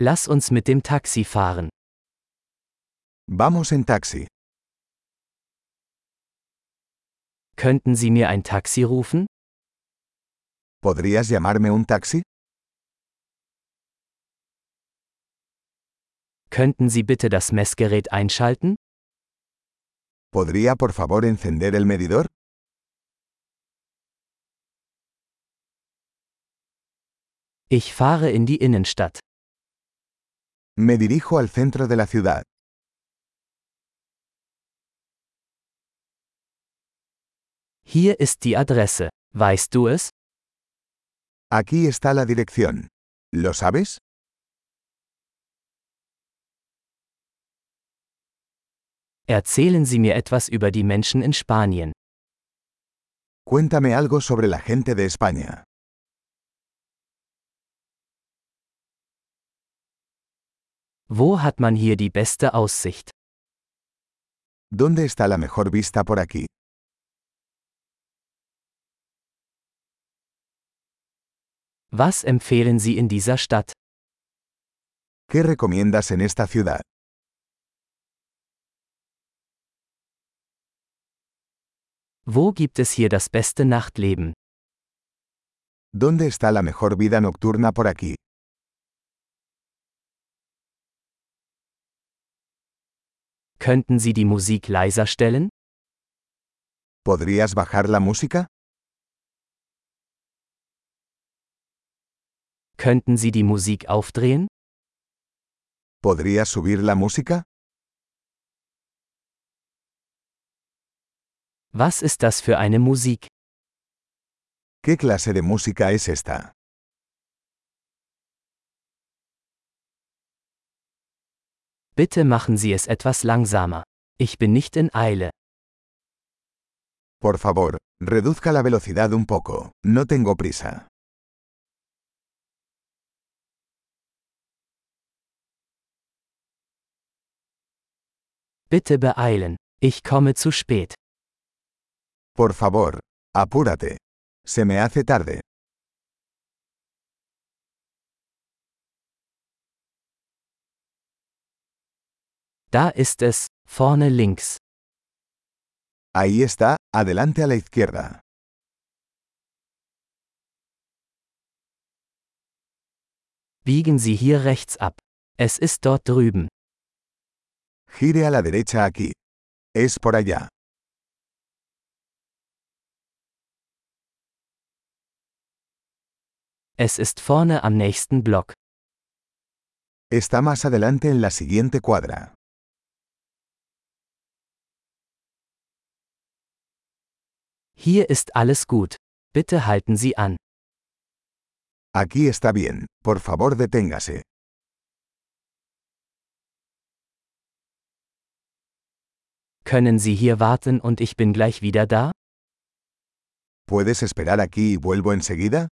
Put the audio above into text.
Lass uns mit dem Taxi fahren. Vamos en taxi. Könnten Sie mir ein Taxi rufen? ¿Podrías llamarme un taxi? Könnten Sie bitte das Messgerät einschalten? ¿Podría por favor encender el medidor? Ich fahre in die Innenstadt. Me dirijo al centro de la ciudad. Hier ist die Adresse. Weißt du es? Aquí está la dirección. ¿Lo sabes? Erzählen Sie mir etwas über die Menschen in Spanien. Cuéntame algo sobre la gente de España. Wo hat man hier die beste Aussicht? ¿Dónde está la mejor vista por aquí? Was empfehlen Sie in dieser Stadt? ¿Qué recomiendas en esta ciudad? Wo gibt es hier das beste Nachtleben? ¿Dónde está la mejor vida nocturna por aquí? Könnten Sie die Musik leiser stellen? ¿Podrías bajar la música? Könnten Sie die Musik aufdrehen? ¿Podrías subir la música? Was ist das für eine Musik? ¿Qué clase de música es esta? Bitte machen Sie es etwas langsamer. Ich bin nicht in Eile. Por favor, reduzca la velocidad un poco. No tengo prisa. Bitte beeilen. Ich komme zu spät. Por favor, apúrate. Se me hace tarde. Da ist es, vorne links. Ahí está, adelante a la izquierda. Biegen Sie hier rechts ab. Es ist dort drüben. Gire a la derecha aquí. Es por allá. Es ist vorne am nächsten Block. Está más adelante en la siguiente cuadra. Hier ist alles gut. Bitte halten Sie an. Aquí está bien, por favor deténgase. Können Sie hier warten und ich bin gleich wieder da? ¿Puedes esperar aquí y vuelvo enseguida?